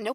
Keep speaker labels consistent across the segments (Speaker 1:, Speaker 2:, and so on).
Speaker 1: No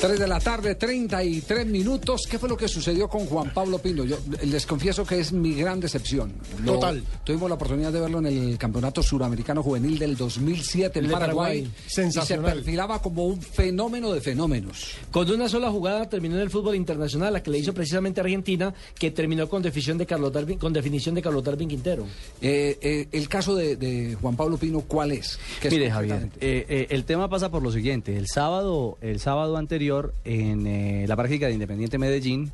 Speaker 2: Tres de la tarde, 33 minutos. ¿Qué fue lo que sucedió con Juan Pablo Pino? Yo les confieso que es mi gran decepción. Lo-
Speaker 3: Total.
Speaker 2: Tuvimos la oportunidad de verlo en el Campeonato Suramericano Juvenil del 2007 en
Speaker 3: Le
Speaker 2: Paraguay.
Speaker 3: Paraguay.
Speaker 2: Y se
Speaker 3: Sensacional.
Speaker 2: perfilaba como un fenómeno de fenómenos.
Speaker 4: Con una sola jugada terminó en el fútbol internacional, la que le hizo precisamente Argentina, que terminó con definición de Carlos Darwin, con definición de Carlos Darwin Quintero.
Speaker 2: Eh, eh, el caso de, de Juan Pablo Pino, ¿cuál es? ¿Qué es
Speaker 5: Mire, Javier,
Speaker 2: concretamente?
Speaker 5: eh, eh, el tema pasa por lo siguiente. El sábado, el sábado anterior, en eh, la práctica de Independiente Medellín,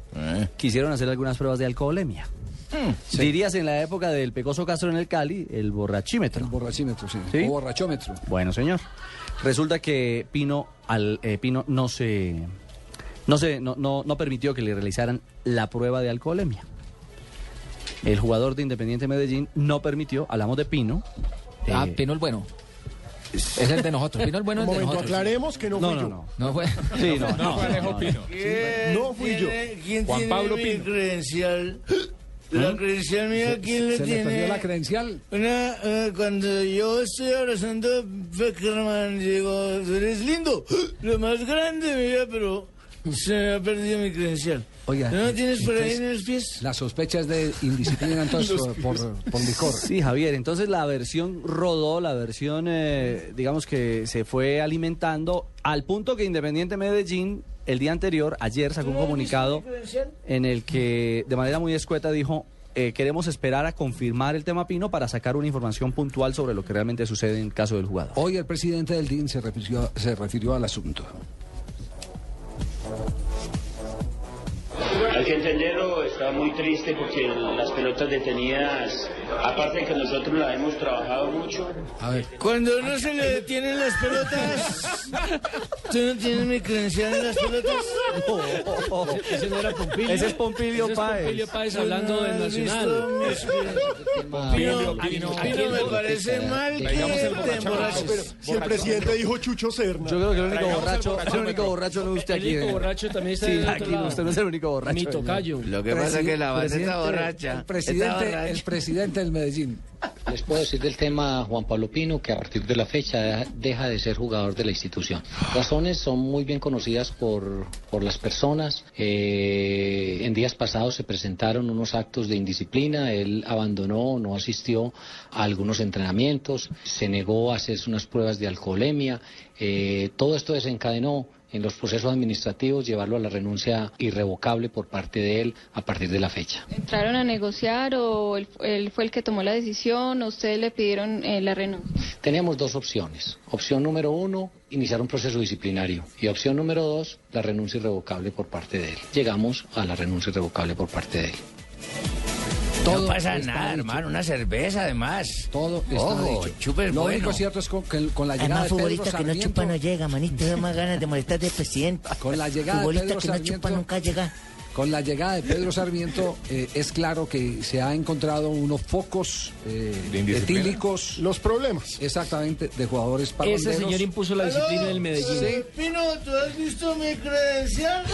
Speaker 5: quisieron hacer algunas pruebas de alcoholemia. Dirías en la época del Pecoso Castro en el Cali, el borrachímetro.
Speaker 2: Borrachímetro, sí.
Speaker 5: ¿Sí?
Speaker 2: O borrachómetro.
Speaker 5: Bueno, señor. Resulta que Pino, al, eh, Pino no se, no, se no, no- no permitió que le realizaran la prueba de alcoholemia. El jugador de Independiente Medellín no permitió, hablamos de Pino.
Speaker 6: Ah,
Speaker 5: eh,
Speaker 6: Pino el bueno. Es el de nosotros. Pino el bueno
Speaker 3: Un
Speaker 6: es el de
Speaker 3: momento,
Speaker 6: nosotros.
Speaker 3: aclaremos que no fui
Speaker 5: no, no,
Speaker 3: yo.
Speaker 5: no.
Speaker 6: No fue.
Speaker 5: Sí, no, no, no, no, no.
Speaker 3: No fui yo.
Speaker 7: ¿Quién
Speaker 3: Juan
Speaker 7: tiene
Speaker 3: Pablo
Speaker 7: mi
Speaker 3: Pino.
Speaker 7: credencial? La credencial mía, ¿quién le
Speaker 2: ¿Se le
Speaker 7: tiene?
Speaker 2: perdió la credencial?
Speaker 7: Una, eh, cuando yo estoy abrazando a Peckerman, digo, eres lindo, lo más grande, mi vida, pero se me ha perdido mi credencial.
Speaker 2: Oiga,
Speaker 7: ¿No tienes por ahí
Speaker 2: entonces-
Speaker 7: en los pies?
Speaker 2: Las sospechas de indisciplina entonces por, por- por licor.
Speaker 5: Sí, Javier, entonces la versión rodó, la versión, eh, digamos que se fue alimentando al punto que Independiente Medellín el día anterior, ayer, sacó un comunicado en el que de manera muy escueta dijo, eh, queremos esperar a confirmar el tema Pino para sacar una información puntual sobre lo que realmente sucede en el caso del jugador.
Speaker 2: Hoy el presidente del DIN se refirió, se refirió al asunto.
Speaker 8: Hay que entenderlo, está muy triste porque las pelotas detenidas, aparte de que nosotros las hemos trabajado mucho,
Speaker 2: A ver.
Speaker 7: Cuando no se le detienen las pelotas, ¿tú no tienes mi credencial en las pelotas?
Speaker 4: Ese no era Pompilio.
Speaker 5: Ese es Pompilio Páez.
Speaker 4: Páez
Speaker 7: ¿Tú
Speaker 4: hablando
Speaker 7: no
Speaker 4: de
Speaker 7: has
Speaker 4: Nacional.
Speaker 7: visto mis pies? Pino, Pino, Pino me parece mal que te
Speaker 3: Pero
Speaker 7: emborraches.
Speaker 3: si el presidente dijo Chucho Serna.
Speaker 5: Yo creo que el único borracho, el único borracho no es usted
Speaker 4: El
Speaker 5: aquí.
Speaker 4: único
Speaker 5: eh.
Speaker 4: borracho también está
Speaker 5: Sí,
Speaker 4: del otro
Speaker 5: aquí
Speaker 4: lado.
Speaker 5: usted no es el único borracho.
Speaker 4: Mi tocayo.
Speaker 7: Lo que pasa es que la banda está borracha.
Speaker 2: El presidente, el presidente del Medellín.
Speaker 9: Les puedo decir del tema Juan Pablo Pino que a partir de la fecha deja- deja de ser jugador de la institución. Razones son muy bien conocidas por, por las personas. Eh, en días pasados se presentaron unos actos de indisciplina. Él abandonó, no asistió a algunos entrenamientos, se negó a hacerse unas pruebas de alcoholemia. Eh, todo esto desencadenó en los procesos administrativos llevarlo a la renuncia irrevocable por parte de él a partir de la fecha.
Speaker 7: ¿Entraron a negociar o él, fue el que tomó la decisión o ustedes le pidieron eh, la renuncia?
Speaker 9: Teníamos dos opciones. Opción número uno, iniciar un proceso disciplinario. Y opción número dos, la renuncia irrevocable por parte de él. Llegamos a la renuncia irrevocable por parte de él.
Speaker 6: Todo
Speaker 7: no pasa
Speaker 2: está
Speaker 7: nada,
Speaker 2: dicho.
Speaker 7: hermano, una cerveza además.
Speaker 2: Todo está
Speaker 7: Ojo,
Speaker 2: dicho.
Speaker 7: chupe el
Speaker 2: Lo
Speaker 7: bueno.
Speaker 2: único cierto es con, que el- con la llegada
Speaker 7: Además,
Speaker 2: de Pedro
Speaker 7: futbolista que no
Speaker 2: Sarmiento,
Speaker 7: chupa no llega, manito. Da más ganas de molestar del presidente.
Speaker 2: Con la llegada de
Speaker 7: futbolista
Speaker 2: Pedro
Speaker 7: que no chupa
Speaker 2: Sarmiento.
Speaker 7: nunca llega.
Speaker 2: con la llegada de Pedro Sarmiento, eh, es claro que se ha encontrado unos focos eh, etílicos,
Speaker 3: Los problemas.
Speaker 2: exactamente, de jugadores
Speaker 4: Ese
Speaker 2: parronderos.
Speaker 4: señor impuso la disciplina en el Medellín.
Speaker 7: Pino, ¿tú has visto mi credencial?